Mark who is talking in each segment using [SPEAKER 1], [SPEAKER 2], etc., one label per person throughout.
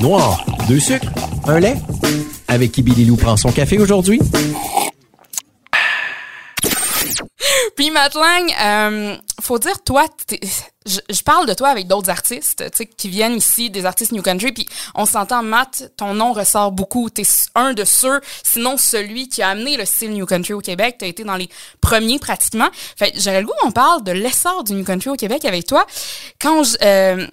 [SPEAKER 1] Noir, deux sucres, un lait. Avec qui Billy Lou prend son café aujourd'hui?
[SPEAKER 2] Puis Matlang, euh, faut dire toi, t'es- je, je parle de toi avec d'autres artistes, tu sais, qui viennent ici, des artistes New Country. Puis on s'entend, Matt, ton nom ressort beaucoup. T'es un de ceux, sinon celui qui a amené le style New Country au Québec. T'as été dans les premiers pratiquement. Fait, que j'aurais le goût qu'on parle de l'essor du New Country au Québec avec toi. Quand je euh,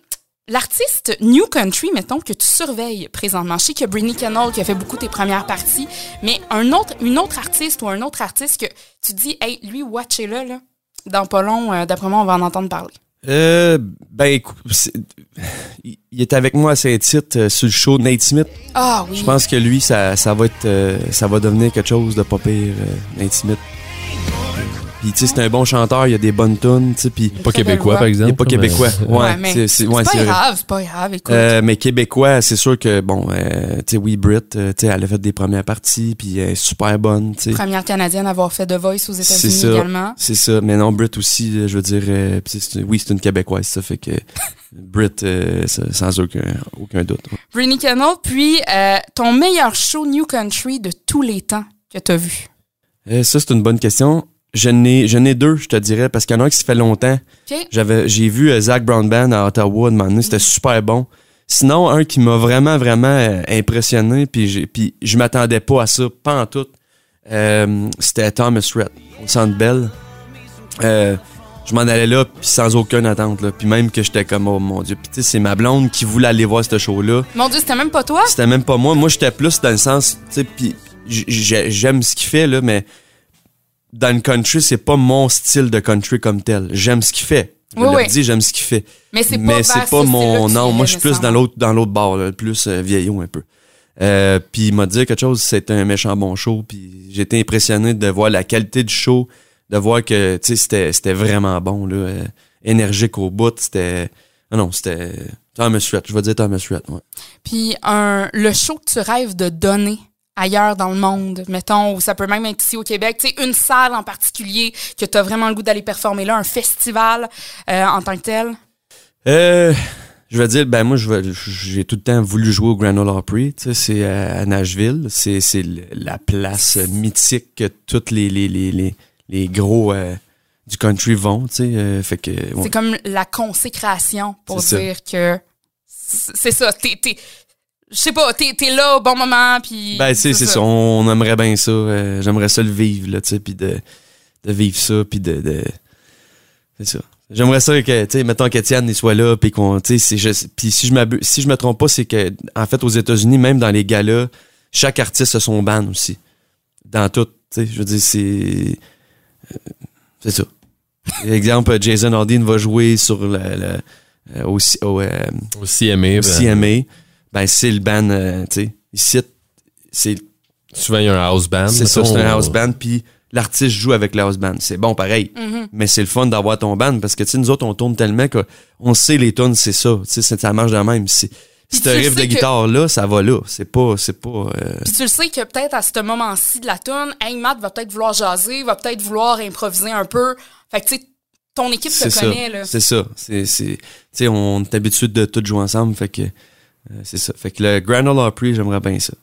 [SPEAKER 2] L'artiste New Country, mettons, que tu surveilles présentement. Je sais qu'il y a Britney Kennel qui a fait beaucoup tes premières parties, mais un autre, une autre artiste ou un autre artiste que tu dis, hey, lui, watchez-le, là. Dans pas long, euh, d'après moi, on va en entendre parler.
[SPEAKER 3] Euh, ben, écoute, c'est- il il est avec moi à Saint-Tite euh, sur le show de Nate Smith.
[SPEAKER 2] Ah oui.
[SPEAKER 3] Je pense que lui, ça, ça va être, euh, ça va devenir quelque chose de pas pire, euh, Nate Smith. Puis, tu sais, c'est un bon chanteur, il a des bonnes tunes, tu sais, puis...
[SPEAKER 2] Pas québécois, par
[SPEAKER 3] Il est pas québécois. Ouais,
[SPEAKER 2] Ouais, mais
[SPEAKER 3] c'est- c'est- ouais,
[SPEAKER 2] pas
[SPEAKER 3] c'est vrai.
[SPEAKER 2] grave, c'est pas grave, écoute.
[SPEAKER 3] Euh, mais québécois, c'est sûr que, bon, euh, tu sais, oui, Britt, euh, tu sais, elle a fait des premières parties, puis elle est super bonne, tu sais.
[SPEAKER 2] Première Canadienne à avoir fait The Voice aux
[SPEAKER 3] C'est
[SPEAKER 2] États-Unis
[SPEAKER 3] ça.
[SPEAKER 2] également.
[SPEAKER 3] C'est ça. Mais non, Britt aussi, euh, je veux dire, euh, pis c'est- oui, c'est une Québécoise, ça fait que Britt, euh, ça- sans aucun, aucun doute.
[SPEAKER 2] Britney Kennel, puis euh, ton meilleur show New Country de tous les temps que t'as vu.
[SPEAKER 3] Euh, ça, c'est une bonne question. Je n'ai, je n'ai deux, je te dirais, parce qu'il y en a un qui se fait longtemps.
[SPEAKER 2] OK?
[SPEAKER 3] J'avais, j'ai vu euh, Zach Brown Band à Ottawa de donné, c'était super bon. Sinon, un qui m'a vraiment, vraiment euh, impressionné, puis, j'ai- puis je m'attendais pas à ça, pas en tout, euh, c'était Thomas Rhett au Centre Bell. Euh, je m'en allais là, puis sans aucune attente, là. puis même que j'étais comme, oh mon Dieu, puis tu sais, c'est ma blonde qui voulait aller voir ce show-là.
[SPEAKER 2] Mon Dieu, c'était même pas toi?
[SPEAKER 3] C'était même pas moi. Moi, j'étais plus dans le sens, tu sais, puis j- j'ai- j'aime ce qu'il fait, là, mais dans le country, c'est pas mon style de country comme tel. J'aime ce qu'il fait. Je
[SPEAKER 2] Oui,
[SPEAKER 3] le
[SPEAKER 2] oui.
[SPEAKER 3] dis, j'aime ce qu'il fait.
[SPEAKER 2] Mais c'est pas
[SPEAKER 3] Mais
[SPEAKER 2] vers
[SPEAKER 3] c'est
[SPEAKER 2] ce
[SPEAKER 3] pas
[SPEAKER 2] style-là
[SPEAKER 3] mon.
[SPEAKER 2] que tu
[SPEAKER 3] Non,
[SPEAKER 2] irais
[SPEAKER 3] moi, je suis plus dans
[SPEAKER 2] nécessairement.
[SPEAKER 3] l'autre dans l'autre bord, là, plus euh, vieillot un peu. Euh, puis il m'a dit quelque chose, c'était un méchant bon show. Puis j'étais impressionné de voir la qualité du show, de voir que, tu sais, c'était- c'était vraiment bon, là, euh, énergique au bout. C'était. Non, non, c'était. Thomas Rhett, je vais dire Thomas Rhett, ouais.
[SPEAKER 2] Puis un, le show que tu rêves de donner ailleurs dans le monde, mettons, ou ça peut même être ici au Québec, tu sais, une salle en particulier que tu as vraiment le goût d'aller performer là, un festival euh, en tant que tel.
[SPEAKER 3] Euh, je veux dire, ben moi, je veux- j'ai tout le temps voulu jouer au Grand Ole Opry. tu sais, C'est à à Nashville. C'est c'est le- la place mythique que toutes les, les, les, les, les gros euh, du country vont. tu sais, euh, fait que, ouais.
[SPEAKER 2] C'est comme la consécration pour
[SPEAKER 3] C'est ça.
[SPEAKER 2] dire que c'est c'est ça, t'es, t'es- je sais pas, t'es, t'es là au bon moment, puis...
[SPEAKER 3] Ben, tu sais, c'est ça. On aimerait bien ça. euh, J'aimerais ça le vivre, là, tu sais, puis de, de vivre ça, puis de... de- c'est ça. J'aimerais ça que, tu sais, mettons qu'Étienne il soit là, puis qu'on, tu sais, c'est juste- puis si je m'abu- si je me trompe pas, c'est que, en fait, aux États-Unis, même dans les galas, chaque artiste a son ban aussi. Dans tout, tu sais, je veux dire, c'est... euh, c'est ça. Exemple, Jason Aldean va jouer sur le... le- euh, au, ci- au, euh,
[SPEAKER 4] Aussi aimé.
[SPEAKER 3] au CMA. Ben, c'est le ban, euh, tu sais, ici, c'est
[SPEAKER 4] Souvent, il y a un house band.
[SPEAKER 3] c'est ça,
[SPEAKER 4] mettons,
[SPEAKER 3] c'est un
[SPEAKER 4] ou-
[SPEAKER 3] house band, puis l'artiste joue avec la house band. C'est bon, pareil.
[SPEAKER 2] Mhm.
[SPEAKER 3] Mais c'est le fun d'avoir ton band parce que, tu sais, nous autres, on tourne tellement qu'on sait les tunes, c'est ça. Tu sais, c'est- ça marche de même. Si si
[SPEAKER 2] Puis
[SPEAKER 3] t'as un
[SPEAKER 2] tu
[SPEAKER 3] riff
[SPEAKER 2] sais
[SPEAKER 3] de
[SPEAKER 2] que-
[SPEAKER 3] guitare là, ça va là. C'est pas. C'est pas euh,
[SPEAKER 2] Puis tu le sais que peut-être à ce moment-ci de la tune, hey Matt va peut-être vouloir jaser, va peut-être vouloir improviser un peu. Fait que tu sais, ton équipe
[SPEAKER 3] c'est
[SPEAKER 2] te
[SPEAKER 3] ça.
[SPEAKER 2] connaît, là.
[SPEAKER 3] C'est ça. C'est. c'est- Tu sais, on est habitué de tout jouer ensemble. Fait que. euh, c'est ça. Fait que le Grand Ole Opry, j'aimerais bien ça.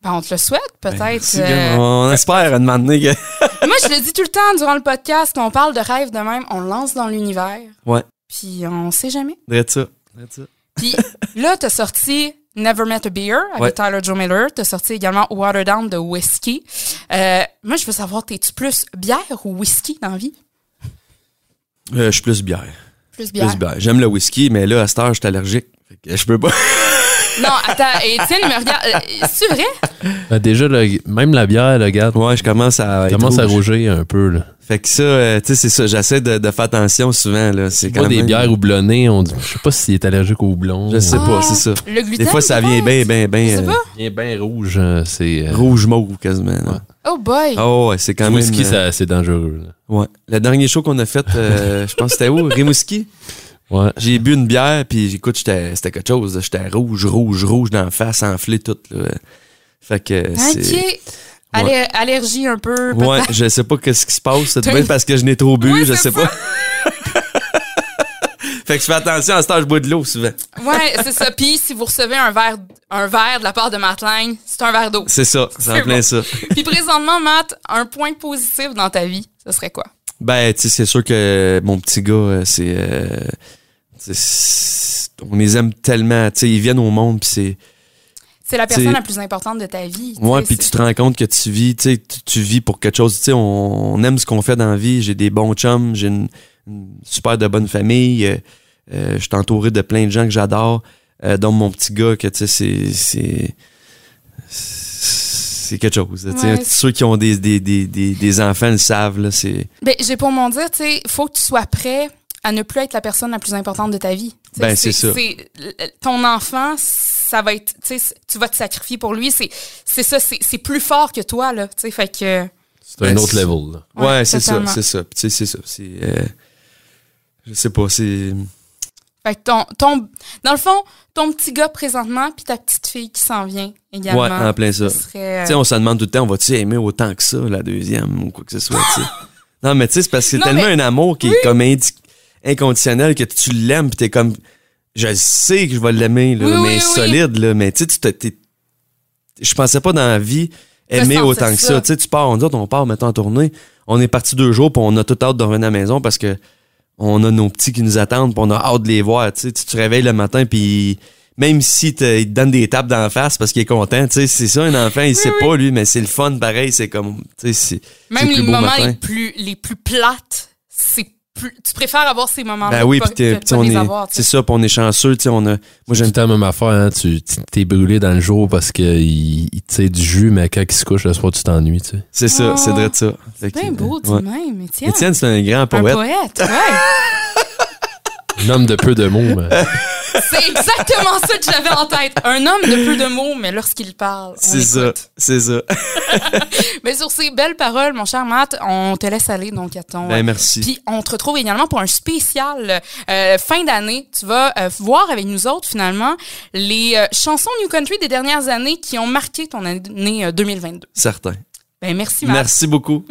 [SPEAKER 2] Ben, on te le souhaite, peut-être.
[SPEAKER 3] Merci,
[SPEAKER 2] euh,
[SPEAKER 3] gars. On espère à demander que.
[SPEAKER 2] moi, je le dis tout le temps durant le podcast, qu'on parle de rêve de même, on lance dans l'univers,
[SPEAKER 3] Ouais.
[SPEAKER 2] puis on sait jamais.
[SPEAKER 3] Drette ça. Drette ça.
[SPEAKER 2] Puis là, t'as sorti Never Met a Beer avec
[SPEAKER 3] Ouais.
[SPEAKER 2] Tyler Joe Miller, t'as sorti également Water Down de Whiskey. Euh, moi, je veux savoir, t'es-tu plus bière ou whisky dans la vie?
[SPEAKER 3] Euh, je suis plus bière.
[SPEAKER 2] Plus bière.
[SPEAKER 3] Plus bière. J'aime le whisky, mais là, à cette heure, je suis allergique. Fait que je peux pas.
[SPEAKER 2] Non, attends, Étienne, il me regarde. euh, C'est vrai?
[SPEAKER 4] Ben, déjà, le- même la bière, le regarde,
[SPEAKER 3] Ouais, je commence à. être
[SPEAKER 4] commence à
[SPEAKER 3] rouge.
[SPEAKER 4] rougir un peu. Là.
[SPEAKER 3] Fait que ça, euh, tu sais, c'est ça. J'essaie de, de faire attention souvent, là. C'est quand
[SPEAKER 4] Pas des
[SPEAKER 3] même-
[SPEAKER 4] bières houblonnées, on dit, je sais pas s'il est allergique au houblon.
[SPEAKER 3] Je sais
[SPEAKER 4] Euh,
[SPEAKER 3] pas, c'est ça.
[SPEAKER 2] Ah, Le gluten.
[SPEAKER 3] Des fois, ça vient
[SPEAKER 2] peut-être? Je
[SPEAKER 3] bien, bien, bien.
[SPEAKER 2] sais
[SPEAKER 3] euh,
[SPEAKER 2] pas.
[SPEAKER 4] Il est bien rouge, euh, c'est... euh,
[SPEAKER 3] Rouge mauve, quasiment. là.
[SPEAKER 2] Oh boy.
[SPEAKER 3] Ah ouais, c'est quand même.
[SPEAKER 4] Whisky,
[SPEAKER 3] euh,
[SPEAKER 4] ça, c'est dangereux. là.
[SPEAKER 3] Ouais. Le dernier show qu'on a fait, euh, je pense que c'était où Rimouski.
[SPEAKER 4] Ouais.
[SPEAKER 3] J'ai bu une bière, puis écoute, j'étais- c'était quelque chose. là. J'étais rouge, rouge, rouge dans la face, enflé tout, là. Fait que. c'est...
[SPEAKER 2] Ok. Hein, Aller- Allergie un peu. peut-être.
[SPEAKER 3] Ouais, je sais pas qu'est-ce qui se passe. C'est
[SPEAKER 2] T'as
[SPEAKER 3] bien
[SPEAKER 2] une-
[SPEAKER 3] parce que je n'ai trop bu,
[SPEAKER 2] Ouais,
[SPEAKER 3] je
[SPEAKER 2] c'est
[SPEAKER 3] sais
[SPEAKER 2] ça.
[SPEAKER 3] pas. Fait que je fais attention à ce temps, je bois de l'eau souvent.
[SPEAKER 2] Ouais, c'est ça. Puis si vous recevez un verre, un verre de la part de Matline, c'est un verre d'eau.
[SPEAKER 3] C'est ça, c'est
[SPEAKER 2] C'est
[SPEAKER 3] en plein
[SPEAKER 2] bon.
[SPEAKER 3] ça.
[SPEAKER 2] Puis présentement, Matt, un point positif dans ta vie, ce serait quoi?
[SPEAKER 3] Ben, tu sais, c'est sûr que mon petit gars, euh, c'est. euh, c'est- c'est- on les aime tellement. Tu sais, ils viennent au monde, puis c'est.
[SPEAKER 2] C'est la
[SPEAKER 3] C'est-
[SPEAKER 2] personne la plus importante de ta vie. tu
[SPEAKER 3] Ouais,
[SPEAKER 2] sais,
[SPEAKER 3] puis
[SPEAKER 2] c'est-
[SPEAKER 3] tu te rends compte que tu vis, tu sais, tu, tu vis pour quelque chose. Tu sais, on, on aime ce qu'on fait dans la vie. J'ai des bons chums, j'ai une, une super de bonne famille. euh, euh, je suis entouré de plein de gens que j'adore, euh, dont mon petit gars, que tu sais, c'est. c'est- C'est quelque chose. là, tu sais.
[SPEAKER 2] Ouais.
[SPEAKER 3] Ceux qui ont des, des, des, des, des enfants le savent, là. C'est.
[SPEAKER 2] Ben, j'ai pour mon dire, tu sais, faut que tu sois prêt à ne plus être la personne la plus importante de ta vie. Tu sais,
[SPEAKER 3] Ben, c'est ça.
[SPEAKER 2] c'est- Ton enfant, ça va être, tu sais, c'est- tu vas te sacrifier pour lui. C'est, c'est ça, c'est, c'est plus fort que toi, là. Tu sais, fait que.
[SPEAKER 4] C'est un
[SPEAKER 3] Ben,
[SPEAKER 4] autre
[SPEAKER 3] c'est-
[SPEAKER 4] level. là.
[SPEAKER 2] Ouais,
[SPEAKER 3] Ouais, c'est ça,
[SPEAKER 2] totalement.
[SPEAKER 3] c'est ça. Puis, Tu sais, c'est ça. C'est. euh, je sais pas, c'est.
[SPEAKER 2] Fait que ton, ton, dans le fond, ton petit gars présentement, puis ta petite fille qui s'en vient également.
[SPEAKER 3] Ouais, en plein ça.
[SPEAKER 2] ce serait, euh,
[SPEAKER 3] Tu sais, on se demande tout le temps, on va-tu aimer autant que ça, la deuxième, ou quoi que ce soit, tu sais. Non, mais tu sais, c'est parce que c'est
[SPEAKER 2] Non,
[SPEAKER 3] tellement
[SPEAKER 2] mais-
[SPEAKER 3] un amour qui est comme indi- inconditionnel que tu l'aimes, pis t'es comme, je sais que je vais l'aimer, là,
[SPEAKER 2] Oui,
[SPEAKER 3] mais
[SPEAKER 2] oui, oui.
[SPEAKER 3] solide, là, mais tu sais, tu te- t'es- je pensais pas dans la vie aimer
[SPEAKER 2] Ressentir
[SPEAKER 3] autant que ça.
[SPEAKER 2] ça.
[SPEAKER 3] Tu sais, tu pars, on dit, on part maintenant en tournée, on est parti deux jours, puis on a tout hâte de revenir à la maison parce que on a nos petits qui nous attendent, puis on a hâte de les voir, tu sais. Tu te réveilles le matin, puis même si te- il te donne des tapes dans la face parce qu'il est content, tu sais, c'est ça un enfant, il sait pas lui, mais c'est le fun pareil, c'est comme tu sais c'est c'est
[SPEAKER 2] Même
[SPEAKER 3] le
[SPEAKER 2] les
[SPEAKER 3] plus beau
[SPEAKER 2] moments
[SPEAKER 3] matin.
[SPEAKER 2] les plus, les plus plates, c'est plus, tu préfères avoir ces moments-là
[SPEAKER 3] Ben oui,
[SPEAKER 2] que
[SPEAKER 3] puis t'es-
[SPEAKER 2] pas- que
[SPEAKER 3] puis
[SPEAKER 2] pas
[SPEAKER 3] on
[SPEAKER 2] les
[SPEAKER 3] est
[SPEAKER 2] avoir, tu sais.
[SPEAKER 3] c'est ça, puis on est chanceux, tu sais, on a moi
[SPEAKER 4] Tout
[SPEAKER 3] j'aime
[SPEAKER 4] le temps la même affaire, hein. tu tu- t'es brûlé dans le jour parce que il, il tire du jus, mais quand il se couche le soir, tu t'ennuies. tu sais.
[SPEAKER 3] c'est ça,
[SPEAKER 2] Ah.
[SPEAKER 3] c'est vrai de ça. Fait que,
[SPEAKER 2] Bien Ben, beau, tu
[SPEAKER 3] ouais.
[SPEAKER 2] même, Étienne.
[SPEAKER 3] Étienne, c'est un grand
[SPEAKER 2] Un
[SPEAKER 3] poète.
[SPEAKER 2] poète, ouais.
[SPEAKER 4] Un homme de peu de mots. mais-
[SPEAKER 2] C'est exactement ça que j'avais en tête. Un homme de peu de mots, mais lorsqu'il parle. on
[SPEAKER 3] C'est ça,
[SPEAKER 2] écoute.
[SPEAKER 3] c'est ça.
[SPEAKER 2] Mais sur ces belles paroles, mon cher Matt, on te laisse aller donc à ton.
[SPEAKER 3] Ben merci.
[SPEAKER 2] Puis on te retrouve également pour un spécial euh, fin d'année. Tu vas euh, voir avec nous autres finalement les euh, chansons New Country des dernières années qui ont marqué ton année euh, 2022.
[SPEAKER 3] Certain.
[SPEAKER 2] Ben merci Matt.
[SPEAKER 3] Merci beaucoup.